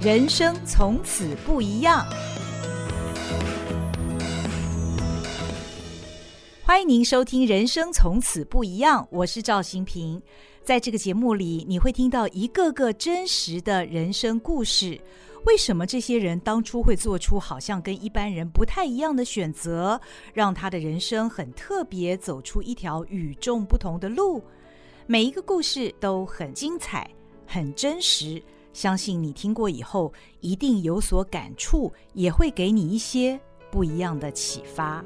人生从此不一样。欢迎您收听《人生从此不一样》，我是赵新平。在这个节目里，你会听到一个个真实的人生故事。为什么这些人当初会做出好像跟一般人不太一样的选择，让他的人生很特别，走出一条与众不同的路？每一个故事都很精彩，很真实。相信你听过以后，一定有所感触，也会给你一些不一样的启发。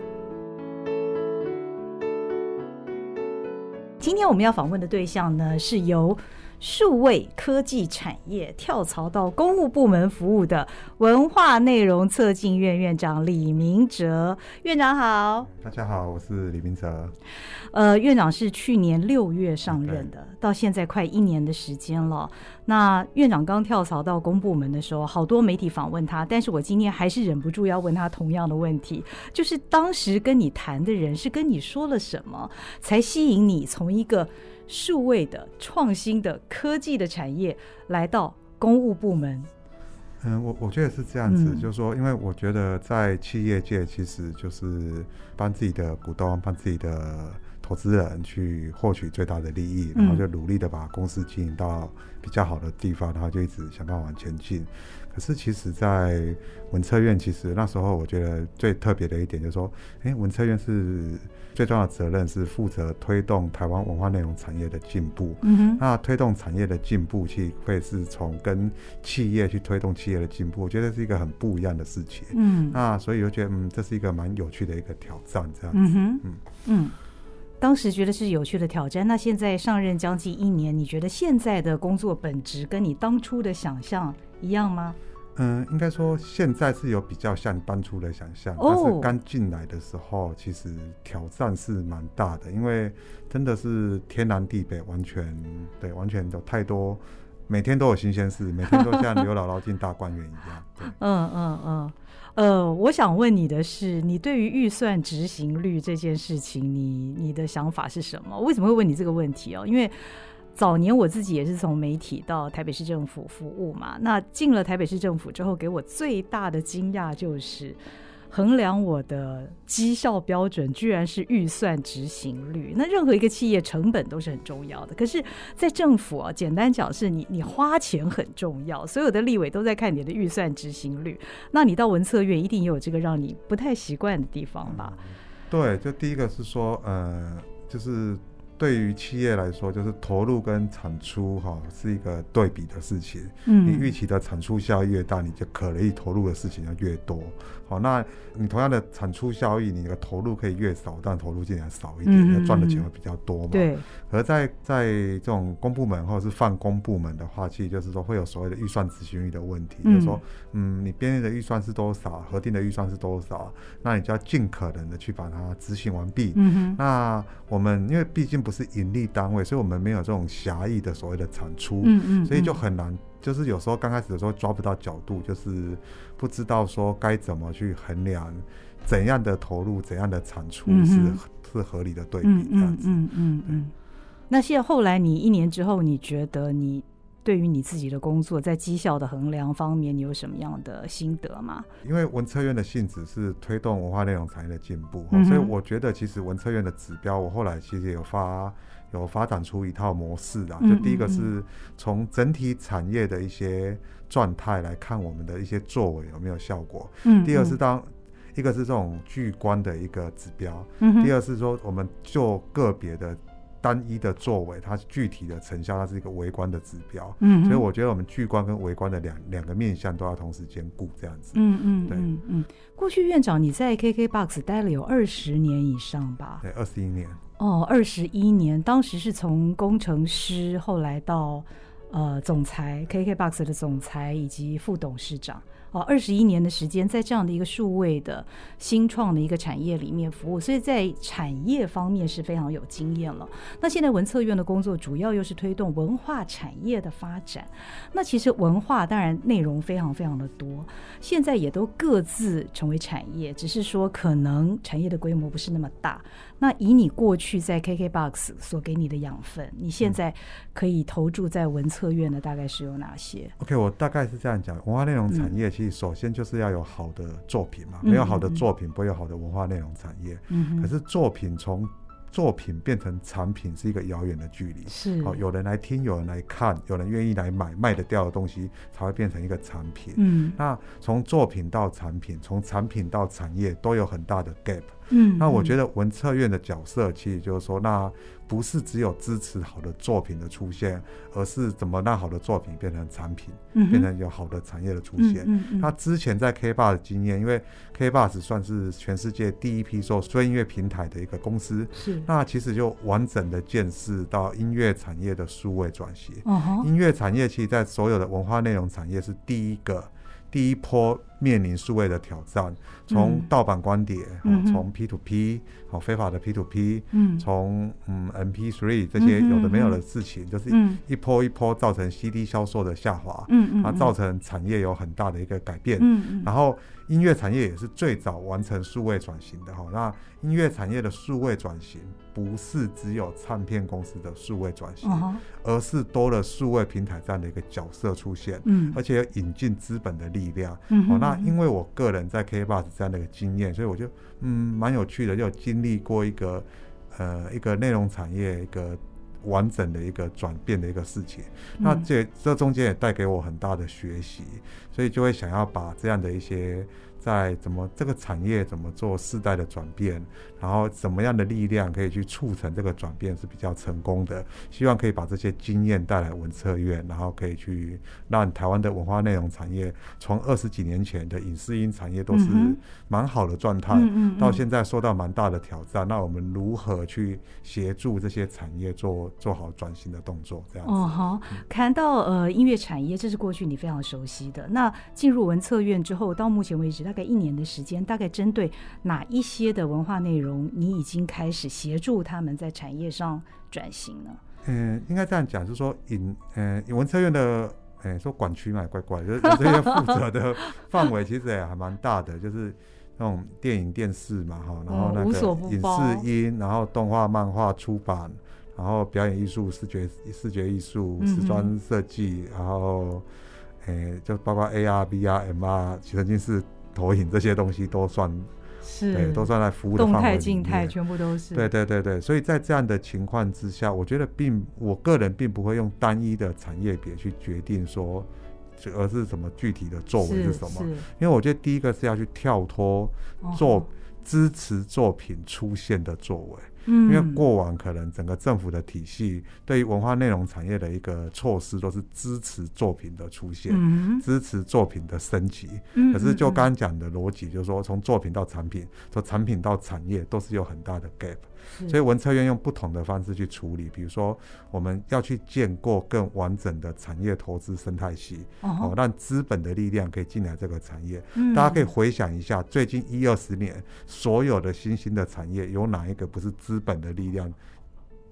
今天我们要访问的对象呢，是由数位科技产业跳槽到公务部门服务的文化内容策进院院长李明哲院长好。大家好，我是李明哲。呃，院长是去年六月上任的，到现在快一年的时间了。那院长刚跳槽到公部门的时候，好多媒体访问他，但是我今天还是忍不住要问他同样的问题，就是当时跟你谈的人是跟你说了什么，才吸引你从一个数位的、创新的、科技的产业来到公务部门？嗯，我我觉得是这样子，嗯就是说，因为我觉得在企业界，其实就是帮自己的股东、帮自己的投资人去获取最大的利益，嗯然后就努力的把公司经营到比较好的地方，然后就一直想办法往前进。可是，其实，在文策院，其实那时候我觉得最特别的一点就是说，诶，文策院是最重要的责任是负责推动台湾文化内容产业的进步。嗯哼，那推动产业的进步，其实会是从跟企业去推动企业的进步，我觉得是一个很不一样的事情。嗯那所以我觉得，嗯，这是一个蛮有趣的一个挑战，这样。嗯哼，嗯嗯，当时觉得是有趣的挑战。那现在上任将近一年，你觉得现在的工作本质跟你当初的想象一样吗？嗯，应该说现在是有比较像当初的想象，哦但是刚进来的时候，其实挑战是蛮大的，因为真的是天南地北，完全对，完全有太多，每天都有新鲜事，每天都像刘姥姥进大观园一样。对。嗯嗯嗯，呃，我想问你的是，你对于预算执行率这件事情，你你的想法是什么？我为什么会问你这个问题哦？因为早年我自己也是从媒体到台北市政府服务嘛，那进了台北市政府之后，给我最大的惊讶就是。衡量我的绩效标准，居然是预算执行率。那任何一个企业成本都是很重要的，可是，在政府啊，简单讲是你你花钱很重要，所有的立委都在看你的预算执行率。那你到文策院一定也有这个让你不太习惯的地方吧？对，就第一个是说，呃，就是对于企业来说，就是投入跟产出哈、是一个对比的事情。你预嗯期的产出效益越大，你就可以投入的事情要越多。好，那你同样的产出效益，你的投入可以越少，但投入竟然少一嗯点，嗯要赚的嗯钱会比较多嘛。。对，而在在这种公部门或者是泛公部门的话，其实就是说会有所谓的预算执行率的问题，嗯就是说，嗯，你编定的预算是多少，核定的预算是多少，那你就要尽可能的去把它执行完毕。嗯哼，那我们因为毕竟不是盈利单位，所以我们没有这种狭义的所谓的产出，嗯嗯，所以就很难，就是有时候刚开始的时候抓不到角度，就是不知道说该怎么去衡量怎样的投入、怎样的产出嗯是、哼是合理的对嗯比这样嗯子。嗯嗯嗯。那现在后来你一年之后，你觉得你对于你自己的工作在绩效的衡量方面，你有什么样的心得吗？因为文策院的性质是推动文化内容产业的进步，嗯哼所以我觉得其实文策院的指标，我后来其实有发有发展出一套模式啊。嗯就第一个嗯是从整体产业的一些状态来看我们的一些作为有没有效果，嗯，第二是当。一个是这种巨观的一个指标，嗯，第二是说我们就个别的单一的作为，它具体的成效，它是一个微观的指标，嗯，所以我觉得我们巨观跟微观的两两个面向都要同时兼顾这样子。嗯嗯对嗯嗯，过去院长你在 KKBOX 待了有二十年以上吧？对，二十一年。哦，二十一年，当时是从工程师，后来到呃总裁，KKBOX 的总裁以及副董事长。哦，二十一年的时间，在这样的一个数位的新创的一个产业里面服务，所以在产业方面是非常有经验了。那现在文策院的工作主要又是推动文化产业的发展。那其实文化当然内容非常非常的多，现在也都各自成为产业，只是说可能产业的规模不是那么大。那嗯以你过去在 KKBOX 所给你的养分，你现在可以投注在文策策院的大概是有哪些？ OK，我大概是这样讲，文化内容产业其实首先就是要有好的作品嘛，没有好的嗯嗯嗯嗯作品不会有好的文化内容产业。嗯哼，可是作品从作品变成产品是一个遥远的距离。是哦，有人来听，有人来看，有人愿意来买，卖得掉的东西才会变成一个产品。嗯那从作品到产品，从产品到产业都有很大的 gap。嗯，那我嗯觉得文策院的角色其实就是说，那不是只有支持好的作品的出现，而是怎么让好的作品变成产品，嗯哼变成有好的产业的出嗯现。嗯嗯他之前在 K Bar 的经验，因为 K Bar 只算是全世界第一批做说音乐平台的一个公司，是那其实就完整的见识到音乐产业的数位转型。哦吼音乐产业其实，在所有的文化内容产业是第一个。第一波面临数位的挑战，从嗯盗版光碟，嗯哦哼从 P to P，好非法的 P to P，嗯从嗯 MP3 这些嗯哼有的没有嗯的事情，就是嗯一波一波造成 CD 销售的下滑，嗯嗯，它嗯造成产业有很大的一个改变。嗯嗯然后音乐产业也是最早完成数位转型的哈。哦那音乐产业的数位转型不是只有唱片公司的数位转型哦，吼而是多了数位平台这样的一个角色出现，嗯而且有引进资本的力量。嗯哦哼，那嗯因为我个人在 K Bus 这样的一个经验，所以我就嗯蛮有趣的，就经历过一个呃一个内容产业一个完整的一个转变的一个事情。那嗯这这中间也带给我很大的学习，所以就会想要把这样的一些在怎么这个产业怎么做世代的转变，然后怎么样的力量可以去促成这个转变是比较成功的。希望可以把这些经验带来文策院，然后可以去让台湾的文化内容产业从二十几年前的影视音产业都是嗯哼蛮好的状态，嗯嗯到嗯现在受到蛮大的挑战。那我们如何去协助这些产业做做好转型的动作？这样子。嗯哦好，谈到呃音乐产业，这是过去你非常熟悉的。那进入文策院之后，到目前为止大概一年的时间，大概针对哪一些的文化内容，你已经开始协助他们在产业上转型呢？嗯，应该这样讲，就是说影嗯、文策院的。哎、说管区嘛，也怪怪的， 就是这些负责的范围其实也还蛮大的，就是那种电影、电视嘛，哈，然嗯后那无所不包个影视音，然后动画、漫画、出版，然后表演艺术、视觉视觉艺术、嗯哼时装设计，然后，诶、就包括 AR、VR、MR、全近视、投影这些东西都算，对，是都算在服务的动范围态、里静态面全部都是对对对对，所以在这样的情况之下，我觉得并我个人并不会用单一的产业别去决定说，就而是什么具体的作为是什么。是因为我觉得第一个是要去跳脱哦作、支持作品出现的作为，嗯因为过往可能整个政府的体系对于文化内容产业的一个措施都是支持作品的出现。嗯支持作品的升级，嗯可是就嗯嗯刚刚讲的逻辑，就是说从作品到产品，从产品到产业都是有很大的 gap。是所以文策院用不同的方式去处理，比如说我们要去建构更完整的产业投资生态系，哦哦，，让资本的力量可以进来这个产业。嗯大家可以回想一下，最近一二十年所有的新兴的产业，有哪一个不是资本的力量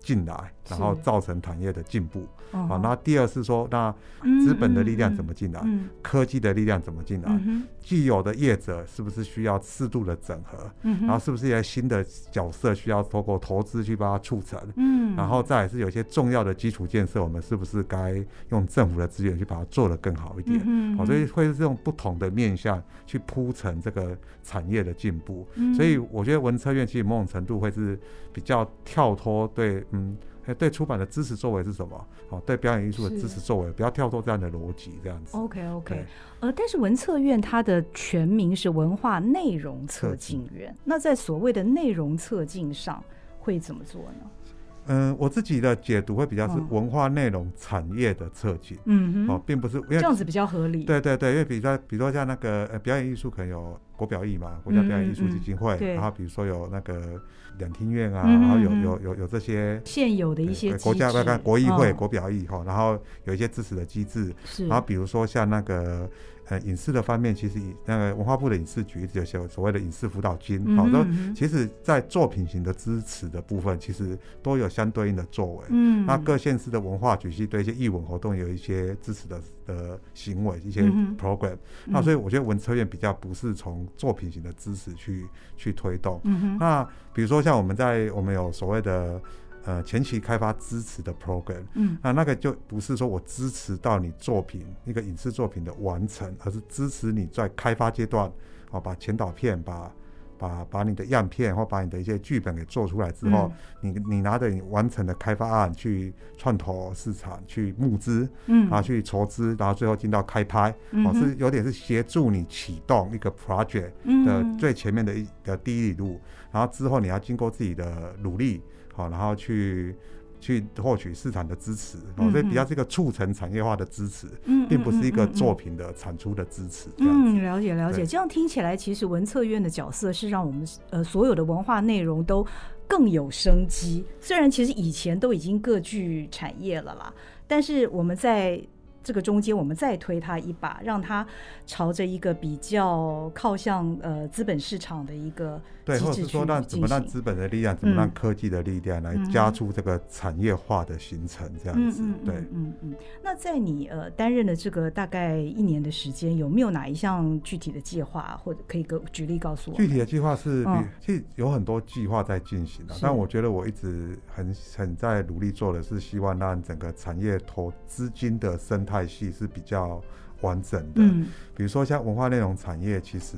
进来，是然后造成产业的进步？哦好，那第二是说，那嗯资本的力量嗯怎么进来？嗯科技的力量怎么进来？嗯哼既有的业者是不是需要适度的整合？嗯哼，然后是不是有新的角色需要透过投资去把它促成？嗯，然后再来是有一些重要的基础建设，我们是不是该用政府的资源去把它做得更好一点？哦嗯好，所以会是用不同的面向去铺成这个产业的进步。嗯哼所以我觉得文策院其实某种程度会是比较跳脱对，嗯，哎对出版的支持作为是什么？哦，对表演艺术的是支持作为，比较跳脱这样的逻辑这样子。 OK OK，对呃，但是文策院它的全名是文化内容策策进院，那在所谓的内容策进上会怎么做呢？嗯，我自己的解读会比较是嗯文化内容产业的策进。嗯哼，哦，并不是因这为样子比较合理。对对对，因为比如说，比如说像那个呃表演艺术，可能有国表艺嘛，国家表演艺术基金会，嗯嗯对然后比如说有那个两厅院啊，嗯然后有嗯嗯有有有这些现有的一呃些国机家那制个国议会、嗯国表艺哦哈，然后有一些支持的机制，是，然后比如说像那个呃影视的方面，其实以那个文化部的影视局有些所谓的影视辅导金，好、嗯都哼嗯哼其实在作品型的支持的部分，其实都有相对应的作为。嗯，那各县市的文化局系对一些艺文活动有一些支持的的行为，一些嗯哼 program、那所以我觉得文策院比较不是从作品型的支持去去推动。嗯哼那比如说像我们在我们有所谓的呃前期开发支持的 program。嗯那那个就不是说我支持到你作品一个影视作品的完成，而是支持你在开发阶段，哦，把前导片、把把把你的样片或把你的一些剧本给做出来之后，嗯你你拿着你完成的开发案去创投市场去募资，嗯然后去筹资，然后最后进到开拍，嗯哦，哼是有点是协助你启动一个 project 的嗯最前面的一的第一里路，然后之后你要经过自己的努力，好、然后去去获取市场的支持，哦，所以比较是一个促成产业化的支持，嗯并不是一个嗯嗯嗯嗯作品的产出的支持这样子。嗯，了解了解。对这样听起来，其实文策院的角色是让我们呃所有的文化内容都更有生机。虽然其实以前都已经各具产业了啦，但是我们在这个中间，我们再推它一把，让它朝着一个比较靠向呃资本市场的一个对，机或者制是去说让怎进么让行。资本的力量，怎么让嗯科技的力量来嗯哼加速这个产业化的形成，这样子，对。嗯嗯嗯。那在你呃担任的这个大概一年的时间，有没有哪一项具体的计划，或者可以给我举例告诉我具们？体的计划是比，嗯其实有很多计划在进行的、是但我觉得我一直很很在努力做的是，希望让整个产业投资金的生态系是比较完整的。嗯比如说像文化内容产业，其实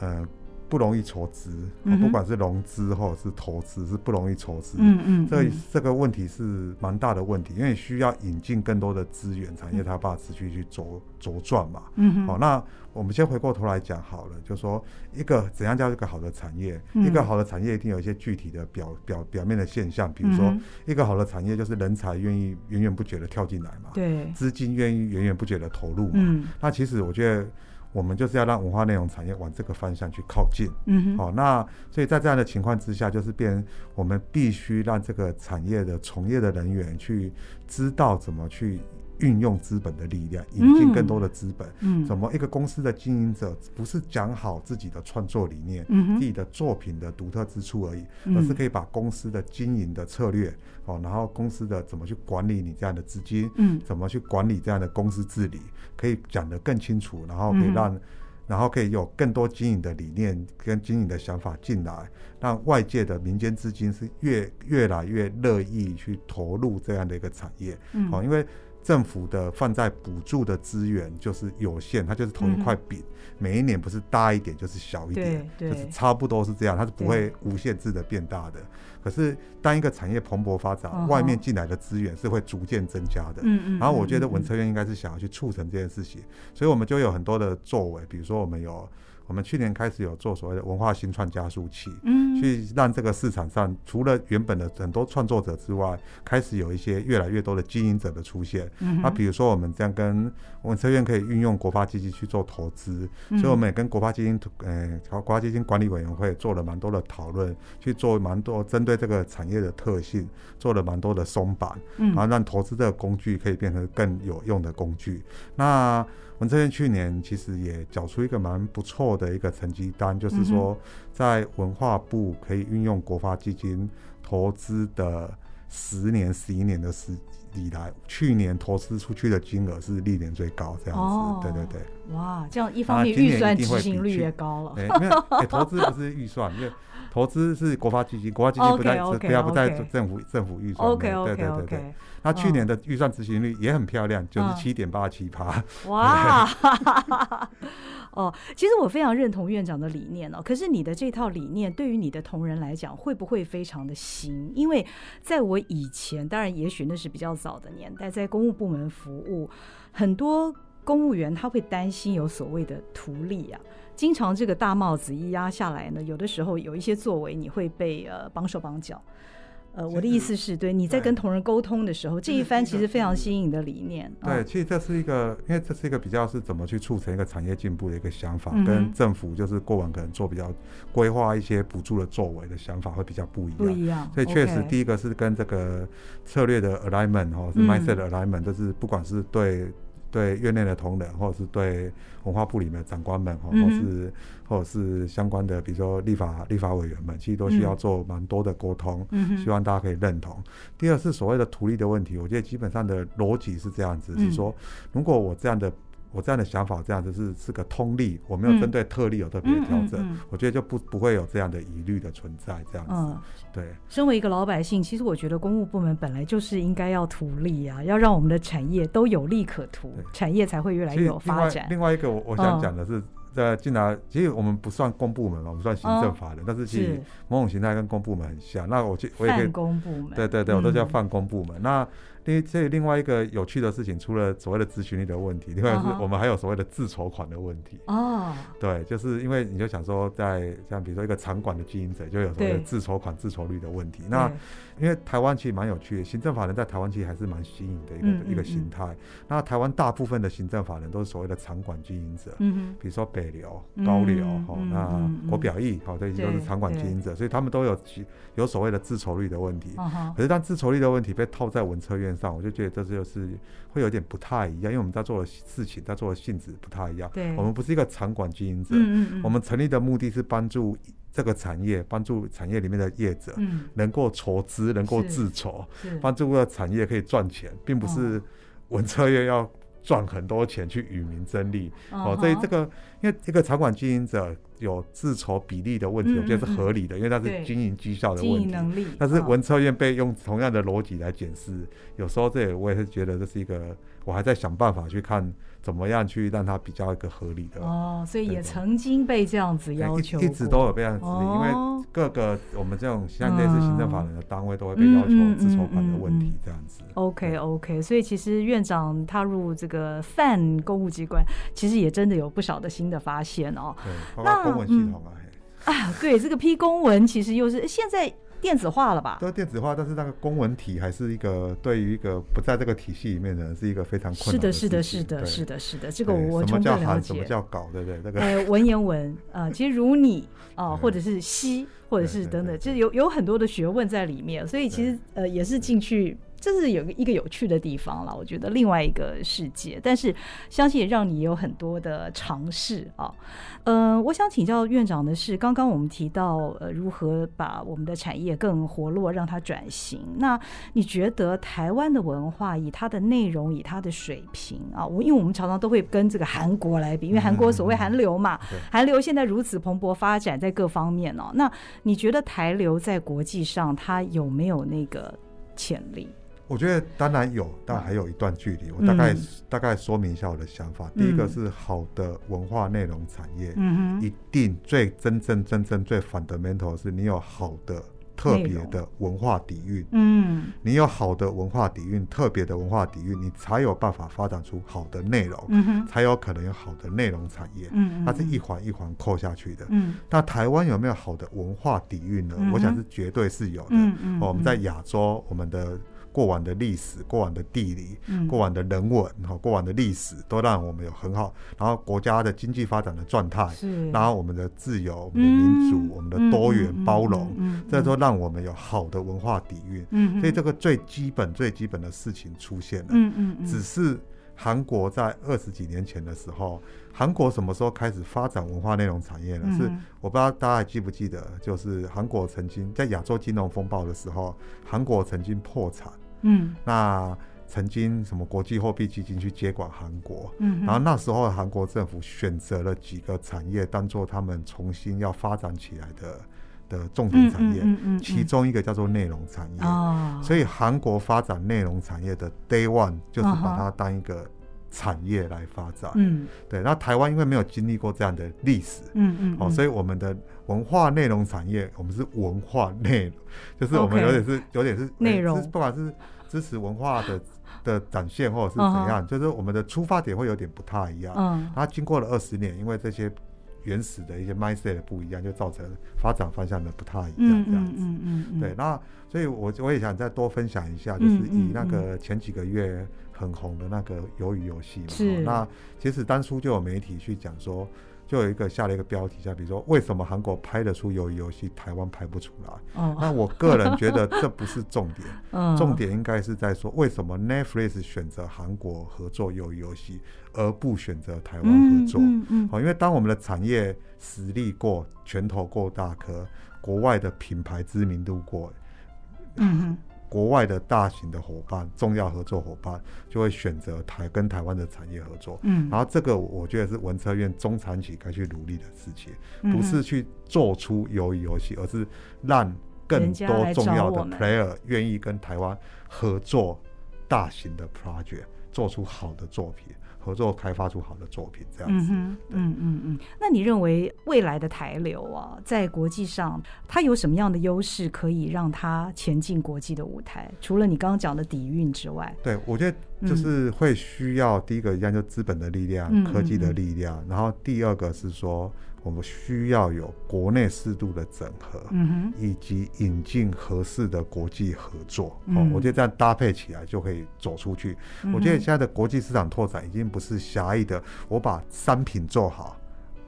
呃不容易筹资、嗯哼不管是融资或者是投资，是不容易筹资。嗯嗯，这嗯这个问题是蛮大的问题，因为需要引进更多的资源，产业它把持续去茁茁壮嘛。嗯哼，好、那我们先回过头来讲好了，就说一个怎样叫一个好的产业？嗯一个好的产业一定有一些具体的表表表面的现象，比如说、嗯哼一个好的产业就是人才愿意源源不绝的跳进来嘛，对，资金愿意源源不绝的投入嘛。嗯那其实我觉得我们就是要让文化内容产业往这个方向去靠近。嗯哼，好、哦那所以在这样的情况之下，就是变我们必须让这个产业的从业的人员去知道怎么去运用资本的力量，引进更多的资本。嗯怎么一个公司的经营者不是讲好自己的创作理念、嗯自哼，己的作品的独特之处而已，嗯而是可以把公司的经营的策略哦，然后公司的怎么去管理你这样的资金，嗯怎么去管理这样的公司治理，可以讲得更清楚，然后可以嗯让。然后可以有更多经营的理念跟经营的想法进来，让外界的民间资金是越越来越乐意去投入这样的一个产业。嗯，哦，因为政府的放在补助的资源就是有限，它就是同一块饼，每一年不是大一点就是小一点，嗯对就是对差不多是这样，它是不对会无限制的变大的。可是当一个产业蓬勃发展，嗯哼外面进来的资源是会逐渐增加的。嗯嗯，然后我觉得嗯文，策院应该是想要去促成这件事情，所以我们就有很多的作为，比如说我们有，我们去年开始有做所谓的文化新创加速器，嗯，嗯去让这个市场上除了原本的很多创作者之外，开始有一些越来越多的经营者的出现。嗯那、比如说，我们这样跟文策院可以运用国发基金去做投资，嗯所以我们也跟国发基金，呃，国发基金管理委员会做了蛮多的讨论，去做蛮多针对这个产业的特性，做了蛮多的松绑，嗯然后让投资这个工具可以变成更有用的工具。那文策院去年其实也缴出一个蛮不错的一个成绩单，嗯就是说在文化部可以运用国发基金投资的十年、十一年的时以来，去年投资出去的金额是历年最高，这样子。哦对对对，哇，这样一啊方面今预年算一定会执行比率去也高了，哎、没有、哎投资不是预算，因为投资是国发基金，国发基金不在 OK，OK，不要不在 OK 政府政府预算内。 OK 对 OK 对对对。 OK，那去年的预算执行率也很漂亮，九嗯十七点八七趴。 哇， 哦，其实我非常认同院长的理念哦。可是你的这套理念对于你的同仁来讲，会不会非常的新？因为在我以前，当然也许那是比较早的年代，在公务部门服务，很多公务员他会担心有所谓的图利啊。经常这个大帽子一压下来呢，有的时候有一些作为你会被呃绑手绑脚。呃，我的意思是对你在对跟同仁沟通的时候，这一这是番一其个实非常嗯新颖的理念。对，嗯，其实这是一个，因为这是一个比较是怎么去促成一个产业进步的一个想法，嗯哼跟政府就是过往可能做比较规划一些补助的作为的想法会比较不一不样。一样。所以确实， OK 第一个是跟这个策略的 alignment 哦，是嗯 mindset 的 alignment，、就是不管是对对院内的同仁，或者是对文化部里面的长官们哦，嗯或是或者是相关的，比如说立法立法委员们，其实都需要嗯做蛮多的沟通。嗯哼希望大家可以认嗯同。第二是所谓的图利的问题，我觉得基本上的逻辑是这样子，嗯是说如果我这样的。我这样的想法，这样就是是个通例，我没有针对特例有特别的调嗯整，嗯嗯嗯我觉得就不不会有这样的疑虑的存在，这样子，嗯，对，身为一个老百姓，其实我觉得公务部门本来就是应该要图利啊，要让我们的产业都有利可图对，产业才会越来其越实有另发外展。另外一个我我想嗯讲的是，呃，进来其实我们不算公部门嘛，我们算行政哦法人，但是其实是某种形态跟公部门很像。那我去我也可以办公部门，对对对，我都叫嗯泛公部门。那另所以另外一个有趣的事情，除了所谓的咨询力的问题，另外嗯是哼我们还有所谓的自筹款的问题。哦，对，就是因为你就想说，在像比如说一个场馆的经营者，就有所谓的对自筹款、自筹率的问题。那对因为台湾其实蛮有趣的，行政法人在台湾其实还是蛮新颖的一个、嗯嗯一个嗯形态。那台湾大部分的行政法人都是所谓的场馆经营者，嗯哼。比如说北流、高流、嗯哦，嗯嗯那嗯国表意，哦，这些都是对场馆对经营者，所以他们都有其有所谓的自筹率的问题。嗯哼可是，当自筹力的问题被套在文策院上，我就觉得这就是会有点不太一样，因为我们在做的事情，在做的性质不太一样。对我们不是一个场馆经营者，嗯嗯嗯，我们成立的目的是帮助这个产业，帮助产业里面的业者、嗯能够筹资，能够是自筹，是嗯帮助这个产业可以赚钱，并不哦是文策院要赚很多钱去与民争利。嗯哦，所以这个个因为这个场馆经营者有自筹比例的问题，嗯我觉得是嗯嗯合理的，因为它是对经营绩效的经问营题。能力，但是嗯文策院被用同样的逻辑来检视，有时候这也我也是觉得这是一个，我还在想办法去看怎么样去让它比较一个合理的。哦，所以对也对曾经被这样子要求一一直过都有被这样子，因为哦各个我们这种像类似行政法人的单位都会被嗯要求嗯自筹款的嗯问题嗯这样子。 OK OK，所以其实院长踏入这个泛公务机关，其实也真的有不少的新的发现哦。对，包括公文系统啊，嘿啊，对，这个批公文其实又是现在电子化了吧？都是电子化，但是那个公文体还是一个对于一个不在这个体系里面的人是一个非常困是难的，是事的，情。是的，对是。的，是的，这个对我什么充叫分了函，什么解。叫稿，对不对？这个呃，文言文，呃，其实如你啊、对或者是西，或者是嗯对对等等，对就是有有很多的学问在里面，所以其实呃也是进去，这是有个一个有趣的地方了，我觉得另外一个世界，但是相信也让你有很多的尝试啊。呃，我想请教院长的是，刚刚我们提到呃如何把我们的产业更活络，让它转型。那你觉得台湾的文化以它的内容，以它的水平啊，我因为我们常常都会跟这个韩国来比，因为韩国所谓韩流嘛，对韩流现在如此蓬勃发展，在各方面哦，那你觉得台流在国际上它有没有那个潜力？我觉得当然有，但还有一段距离。我大概、嗯大概说明一下我的想法。嗯第一个是好的文化内容产业，嗯哼，一定最真正真正最 fundamental 的是你有好的特别的文化底蕴，嗯你有好的文化底蕴，特别的文化底蕴，你才有办法发展出好的内容，嗯哼，才有可能有好的内容产业。嗯，它是一环一环扣下去的。嗯那台湾有没有好的文化底蕴呢？嗯哼我想是绝对是有的。嗯嗯哦，我们在亚洲，我们的过往的历史、过往的地理、嗯过往的人文、哈、过往的历史，都让我们有很好，然后国家的经济发展的状态，是，然后我们的自由、我们的民主、我们的多元包容，嗯，这都让我们有好的文化底蕴。嗯，所以这个最基本、最基本的事情出现了。嗯嗯嗯只是韩国在二十几年前的时候，韩国什么时候开始发展文化内容产业呢？嗯哼是我不知道大家还记不记得，就是韩国曾经在亚洲金融风暴的时候，韩国曾经破产，嗯那曾经什么国际货币基金去接管韩国。嗯，然后那时候韩国政府选择了几个产业当做他们重新要发展起来的的重点产业，嗯其中一个叫做内容产业。啊，所以韩国发展内容产业的 Day One 就是嗯哼把它当一个产业来发展。嗯对，那台湾因为没有经历过这样的历史，嗯嗯，哦，所以以我们的文化内容产业，我们是文化 内，就是我 OK 们有点是有点是内呃容是不管是支持文化的的展现或者是怎样，就是我们的出发点会有点不太一样。嗯它经过了二十年，因为这些原始的一些 mindset 不一样，就造成发展方向的不太一样嗯这样嗯子。嗯嗯嗯，对，，那所以我，我也想再多分享一下，嗯就是以嗯那个前几个月很红的那个鱿鱼游戏嘛。是哦那其实当初就有媒体去讲说，就有一个下了一个标题，像比如说为什么韩国拍得出鱿鱼游戏，台湾拍不出来？哦，那我个人觉得这不是重点， 嗯，重点应该是在说为什么 Netflix 选择韩国合作鱿鱼游戏，而不选择台湾合作。嗯嗯好，因为当我们的产业实力过、拳头够大颗，国外的品牌知名度过，嗯国外的大型的伙伴、重要合作伙伴，就会选择台跟台湾的产业合作。嗯然后这个我觉得是文策院中长期该去努力的事情，嗯哼不是去做出鱿鱼游戏，而是让更人家来多重找要我的们 player 愿意跟台湾合作大型的 project，做出好的作品，合作开发出好的作品这样嗯子。哼，嗯嗯嗯。那你认为未来的台流啊，在国际上它有什么样的优势，可以让它前进国际的舞台？除了你刚刚讲的底蕴之外，对，我觉得就是会需要第一个一样，就资本的力量、嗯科技的力量，然后第二个是说，我们需要有国内适度的整合。嗯哼，以及引进合适的国际合作、哦嗯，我觉得这样搭配起来就可以走出去。我觉得现在的国际市场拓展已经不是狭义的，我把商品做好，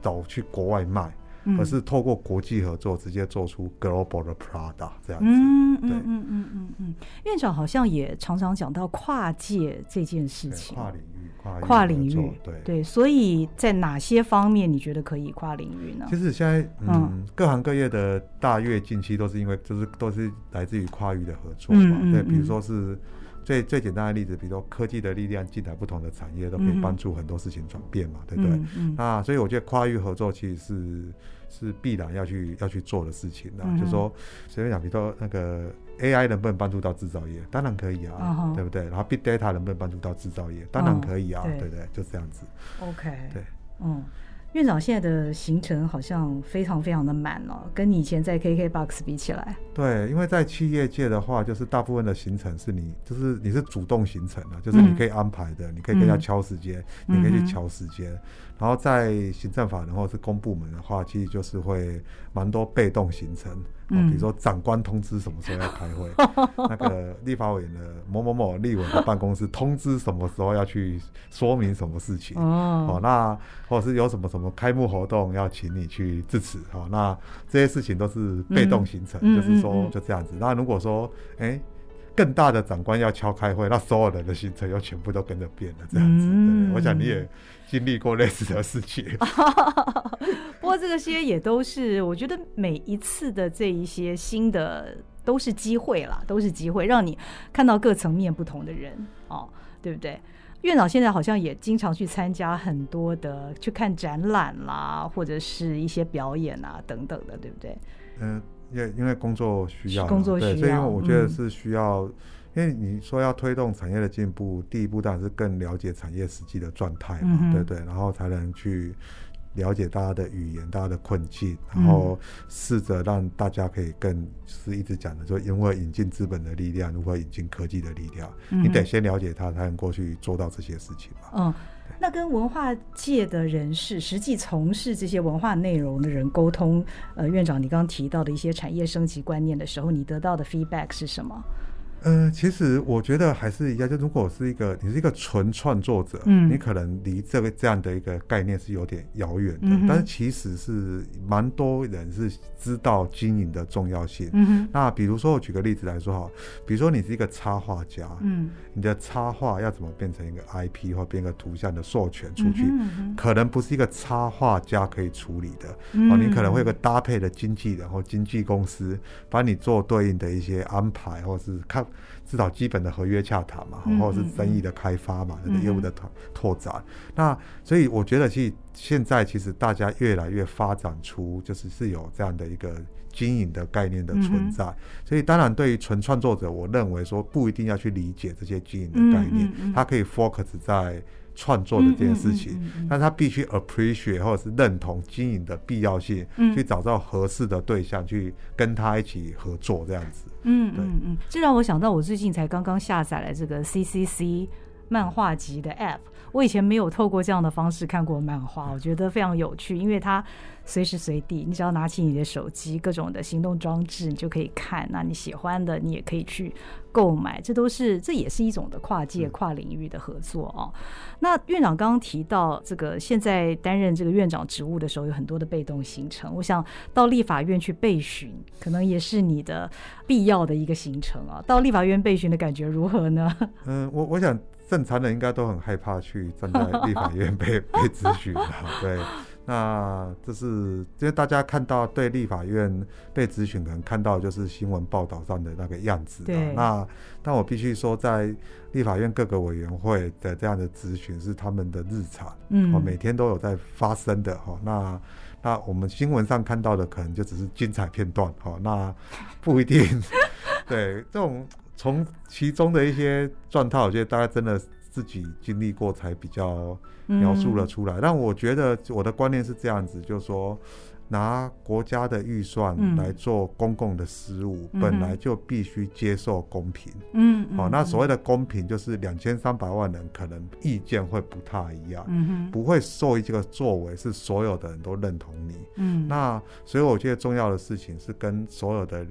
走去国外卖，嗯而是透过国际合作直接做出 global 的 product 这样子。嗯嗯对嗯嗯嗯嗯嗯，院长好像也常常讲到跨界这件事对情，跨领域，跨跨领领域合域作，对。对，所以在哪些方面你觉得可以跨领域呢其？实现在，嗯，嗯各行各业的大跃进期都是因为，就是都是来自于跨域的合作嘛。嗯嗯对，比嗯如说是最最简单的例子，比如说科技的力量进来不同的产业，都可以嗯帮助很多事情转变嘛，对不对？嗯嗯那所以我觉得跨域合作其实是是必然要去要去做的事情啦。嗯哼就说随便讲，比如说那个 AI 能不能帮助到制造业，当然可以啊，嗯哼对不对？然后 Big Data 能不能帮助到制造业，当然可以啊，嗯对对不对？就这样子。 OK，对，嗯，院长现在的行程好像非常非常的满哦，跟你以前在 KKBOX 比起来，对，因为在企业界的话，就是大部分的行程是你，就是你是主动行程啊，就是你嗯可以安排的，你可以跟人家敲时间，你可以嗯哼去敲时间。然后在行政法人或是公部门的话，其实就是会蛮多被动行程，哦、嗯比如说长官通知什么时候要开会， 那个立法委员的某某某立委的办公室通知什么时候要去说明什么事情。哦哦，，那或者是有什么什么开幕活动要请你去支持，哦，那这些事情都是被动形成，嗯嗯就是说嗯嗯就这样子。那如果说，哎、更大的长官要敲开会，那所有人的行程又全部都跟着变了，这样子。嗯对，我想你也经历过类似的事情。不过这些也都是，我觉得每一次的这一些新的都是机会啦，都是机会，让你看到各层面不同的人哦，对不对？院长现在好像也经常去参加很多的，去看展览啦，或者是一些表演啊等等的，对不对？嗯，因为因为工作需要啦，是工作对，需所以因为要我觉得嗯是需要，因为你说要推动产业的进步，第一步当然是更了解产业实际的状态嘛，嗯哼对不对，然后才能去。了解大家的语言，大家的困境，然嗯后试着让大家可以更就是一直讲的，说如何引进资本的力量，如何引进科技的力量，你嗯得哼先了解它，才能过去做到这些事情嘛。嗯，那跟文化界的人士，实际从事这些文化内容的人沟通，呃，院长，你刚刚提到的一些产业升级观念的时候，你得到的 feedback 是什么？呃，其实我觉得还是一样，就如果是一个你是一个纯创作者，嗯你可能离这个这样的一个概念是有点遥远的，嗯哼但是其实是蛮多人是知道经营的重要性。嗯哼，那比如说，我举个例子来说哈，比如说你是一个插画家，嗯，你的插画要怎么变成一个 IP 或变一个图像的授权出去，嗯可能不是一个插画家可以处理的。哼哦，你可能会有个搭配的经纪人或经纪公司帮你做对应的一些安排，或是看至少基本的合约洽谈嘛，哦嗯或者嗯是生意的开发嘛，嗯对业务的拓拓展。那所以我觉得，其实现在其实大家越来越发展出，就是是有这样的一个经营的概念的存在。嗯所以当然，对于纯创作者，我认为说不一定要去理解这些经营的概念，嗯嗯嗯他可以 focus 在创作的这件事情。嗯嗯嗯嗯嗯但他必须 appreciate 或者是认同经营的必要性，嗯去找到合适的对象去跟他一起合作这样子。嗯对嗯嗯，这让我想到我最近才刚刚下载了这个 CCC 漫画集的 App。我以前没有透过这样的方式看过漫画，我觉得非常有趣，因为它随时随地，你只要拿起你的手机，各种的行动装置，你就可以看。那你喜欢的，你也可以去购买，这都是这也是一种的跨界、跨领域的合作哦。那院长刚刚提到，这个现在担任这个院长职务的时候，有很多的被动行程。我想到立法院去备询，可能也是你的必要的一个行程啊。到立法院备询的感觉如何呢？嗯，我我想 正常人应该都很害怕去站在立法院被被咨询啊，对。那这是因为大家看到对立法院被质询，可能看到就是新闻报道上的那个样子、啊对。那但我必须说，在立法院各个委员会的这样的质询是他们的日常，嗯，哦，每天都有在发生的哈、哦。那那我们新闻上看到的可能就只是精彩片段哈、哦，那不 一定。对，这种从其中的一些状态，我觉得大家真的自己经历过才比较嗯描述了出来。但我觉得我的观念是这样子，就是说。拿国家的预算嗯来做公共的事务，嗯哼本来就必须接受公平。嗯，嗯，哦，那所谓谓的公平，就是两千三百万人可能意见会不太一样，嗯哼，不会受一这个作为是所有的人都认同你。嗯，那所以我觉得重要的事情是跟所有的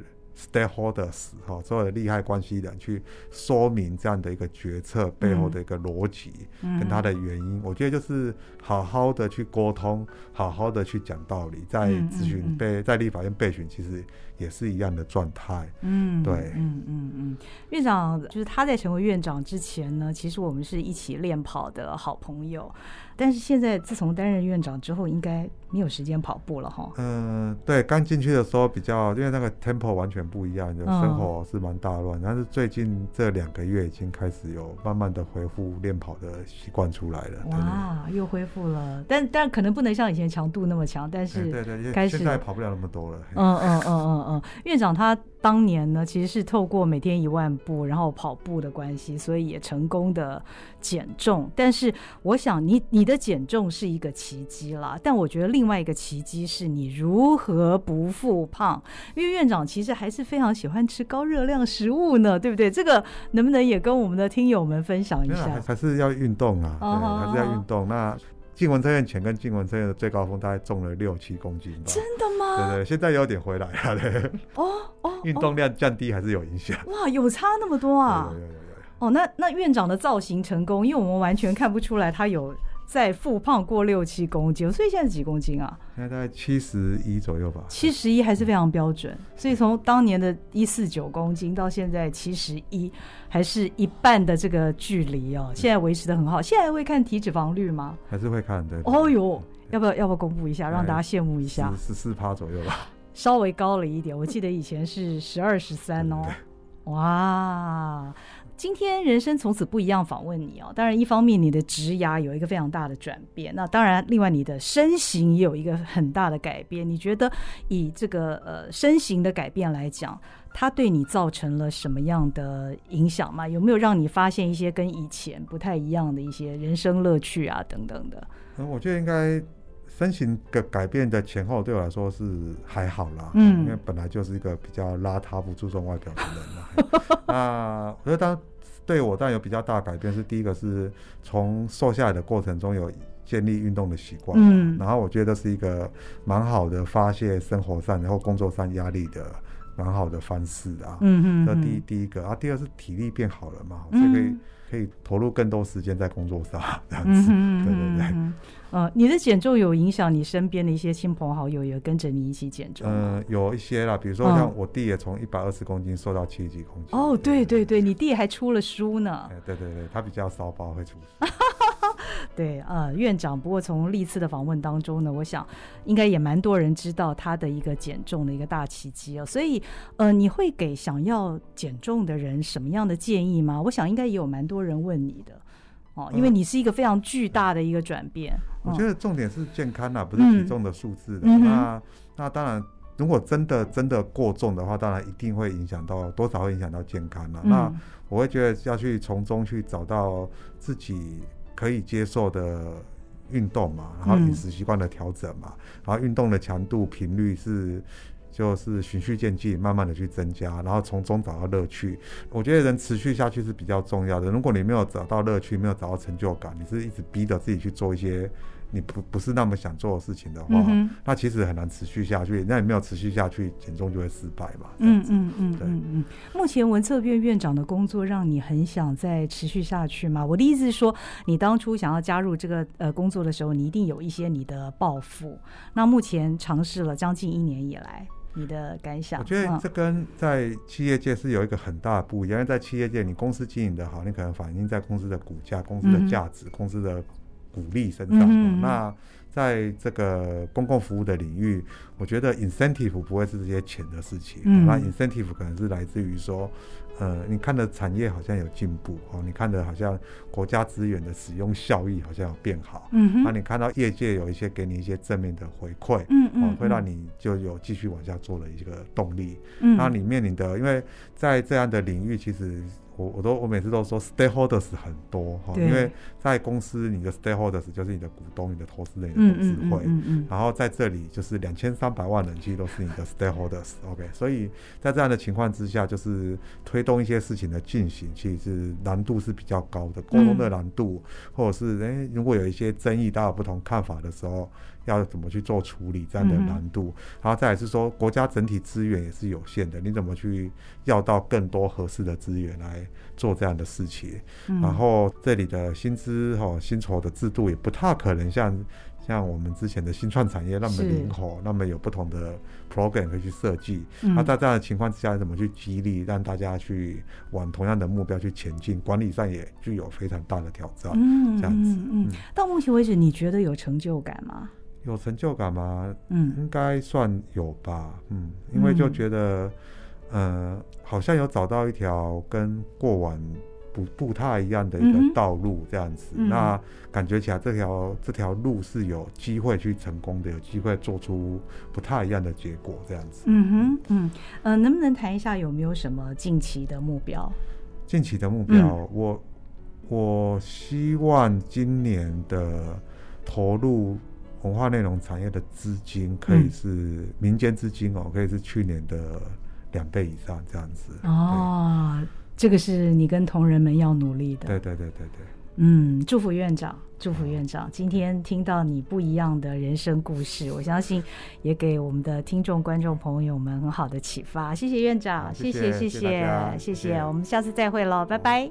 stakeholders 哈、哦，所有的利害关系人去说明这样的一个决策背后的一个逻辑、嗯跟它的原因。我觉得就是好好的去沟通，好好的去讲道理，在嗯嗯咨询嗯被、在立法院备询其实也是一样的状态。嗯，对嗯嗯嗯，院长就是他在成为院长之前呢，其实我们是一起练跑的好朋友，但是现在自从担任院长之后，应该没有时间跑步了哈。嗯，对，刚进去的时候比较，因为那个 tempo 完全不一样，就嗯生活是蛮大乱。但是最近这两个月已经开始有慢慢的恢复练跑的习惯出来了。呃对哎哇，又恢复了，但但可能不能像以前强度那么强，但是哎对对，因开为始现在跑不了那么多了。嘿嗯嗯嗯嗯嗯，院长他当年呢，其实是透过每天一万步，然后跑步的关系，所以也成功的减重。但是我想你你的减重是一个奇迹啦，但我觉得另外一个奇迹是你如何不复胖，因为院长其实还是非常喜欢吃高热量食物呢，对不对？这个能不能也跟我们的听友们分享一没有啊啦还下？还是要运动啊，哦对，还是要运动。那进文测验前跟进文测验的最高峰大概重了六七公斤吧。真的对吗？对，现在有点回来了，对，哦哦，运动量降低还是有影响。哇，有差那么多啊！有有有有有。哦，那那院长的造型成功，因为我们完全看不出来他有在复胖过六七公斤，所以现在几公斤啊？现在大概七十一左右吧。七十一还是非常标准，所以从当年的一四九公斤到现在七十一，还是一半的这个距离哦，现在维持的很好。现在还会看体脂肪率吗？还是会看，对。对哦，哟，要不要要不要公布一下，让大家羡慕一下？十十四趴左右 吧。稍微高了一点，我记得以前是十二十三哦。哇，今天人生从此不一样，访问你哦。当然，一方面你的职涯有一个非常大的转变，那当然，另外你的身形也有一个很大的改变。你觉得以这个呃身形的改变来讲，它对你造成了什么样的影响吗？有没有让你发现一些跟以前不太一样的一些人生乐趣啊等等的？嗯，我觉得应该身形的改变的前后对我来说是还好啦，嗯因为本来就是一个比较邋遢、不注重外表的人 啦。那我觉得当对我当然有比较大的改变是第一个是从瘦下来的过程中有建立运动的习惯，嗯然后我觉得是一个蛮好的发泄生活上然后工作上压力的蛮好的方式啊。嗯嗯，这嗯第一第一个啊，第二是体力变好了嘛，所以可以嗯可以投入更多时间在工作上这样嗯子。哼对对对嗯哼呃，你的减重有影响你身边的一些亲朋好友，也跟着你一起减重吗？嗯，有一些啦，比如说嗯像我弟也从一百二十公斤瘦到七十几公斤。哦，对对对，你弟还出了书呢哎。对对对，他比较骚包会出事。对，呃，院长。不过从历次的访问当中呢，我想应该也蛮多人知道他的一个减重的一个大奇迹哦。所以，呃，你会给想要减重的人什么样的建议吗？我想应该也有蛮多人问你的哦，因为嗯你是一个非常巨大的一个转变。我觉得，得重点是健康啦，不是嗯体重的数字啦。哦嗯哼那那当然，如果真的真的过重的话，当然一定会影响到多少会影响到健康啦。啊那嗯我会觉得要去从中去找到自己可以接受的运动嘛，然后嗯饮食习惯的调整嘛，然后运动的强度、频率是。就是循序渐进，慢慢的去增加，然后从中找到乐趣。我觉得人持续下去是比较重要的。如果你没有找到乐趣，没有找到成就感，你是一直逼着自己去做一些你不不是那么想做的事情的话，嗯哼那其实很难持续下去。那你没有持续下去，减重就会失败嘛。这样嗯子嗯嗯对嗯嗯。目前文策院院长的工作让你很想再持续下去吗？我的意思是说，你当初想要加入这个呃工作的时候，你一定有一些你的抱负。那目前尝试了将近一年以来，你的感想？嗯我觉得这跟在企业界是有一个很大的不一样，因为在企业界，你公司经营的好，你可能反映在公司的股价、公司的价值、公司的鼓励身上、哦嗯嗯嗯嗯那在这个公共服务的领域，我觉得 incentive 不会是这些钱的事情，嗯那 incentive 可能是来自于说，呃，你看的产业好像有进步哦，你看的好像国家资源的使用效益好像有变好，嗯那、哼，你看到业界有一些给你一些正面的回馈。嗯哦嗯，，会让你，你就有继续往下做的一个动力。嗯那你面临的，因为在这样的领域，其实我我都我每次都说 stakeholders 很多哈，对因为在公司你的 stakeholders 就是你的股东、你的投资人、你嗯的董事嗯嗯会。嗯嗯，然后在这里就是两千三百万人，其实都是你的 stakeholders，OK、所以在这样的情况之下，就是推动一些事情的进行，其实是难度是比较高的，沟通的难度，嗯或者是诶，如果有一些争议，大家有不同看法的时候，要怎么去做处理这样的嗯哼难度。然后再来是说，国家整体资源也是有限的，你怎么去要到更多合适的资源来做这样的事情？嗯然后这里的薪资哦、薪酬的制度也不太可能像像我们之前的新创产业那么是灵活，那么有不同的 program 可以去设计。嗯那在这样的情况之下，怎么去激励让大家去往同样的目标去前进？管理上也具有非常大的挑战。嗯这样子嗯嗯嗯，到目前为止，你觉得有成就感吗？有成就感吗？嗯应该算有吧，嗯，因为就嗯觉得，呃，好像有找到一条跟过往不不太一样的一嗯哼个道路这样子，嗯那感觉起来这条这条路是有机会去成功的，有机会做出不太一样的结果这样子。嗯哼嗯呃，能不能谈一下有没有什么近期的目标？近期的目标，我我希望今年的投入文化内容产业的资金可以嗯是民间资金哦，可以是去年的两倍以上这样子。哦，这个是你跟同仁们要努力的。对，对对对对嗯，祝福院长，祝福院长。今天听到你不一样的人生故事，我相信也给我们的听众、观众朋友们很好的启发。谢谢院长，好谢谢谢谢谢谢大家谢谢谢我们下次再会喽，拜拜。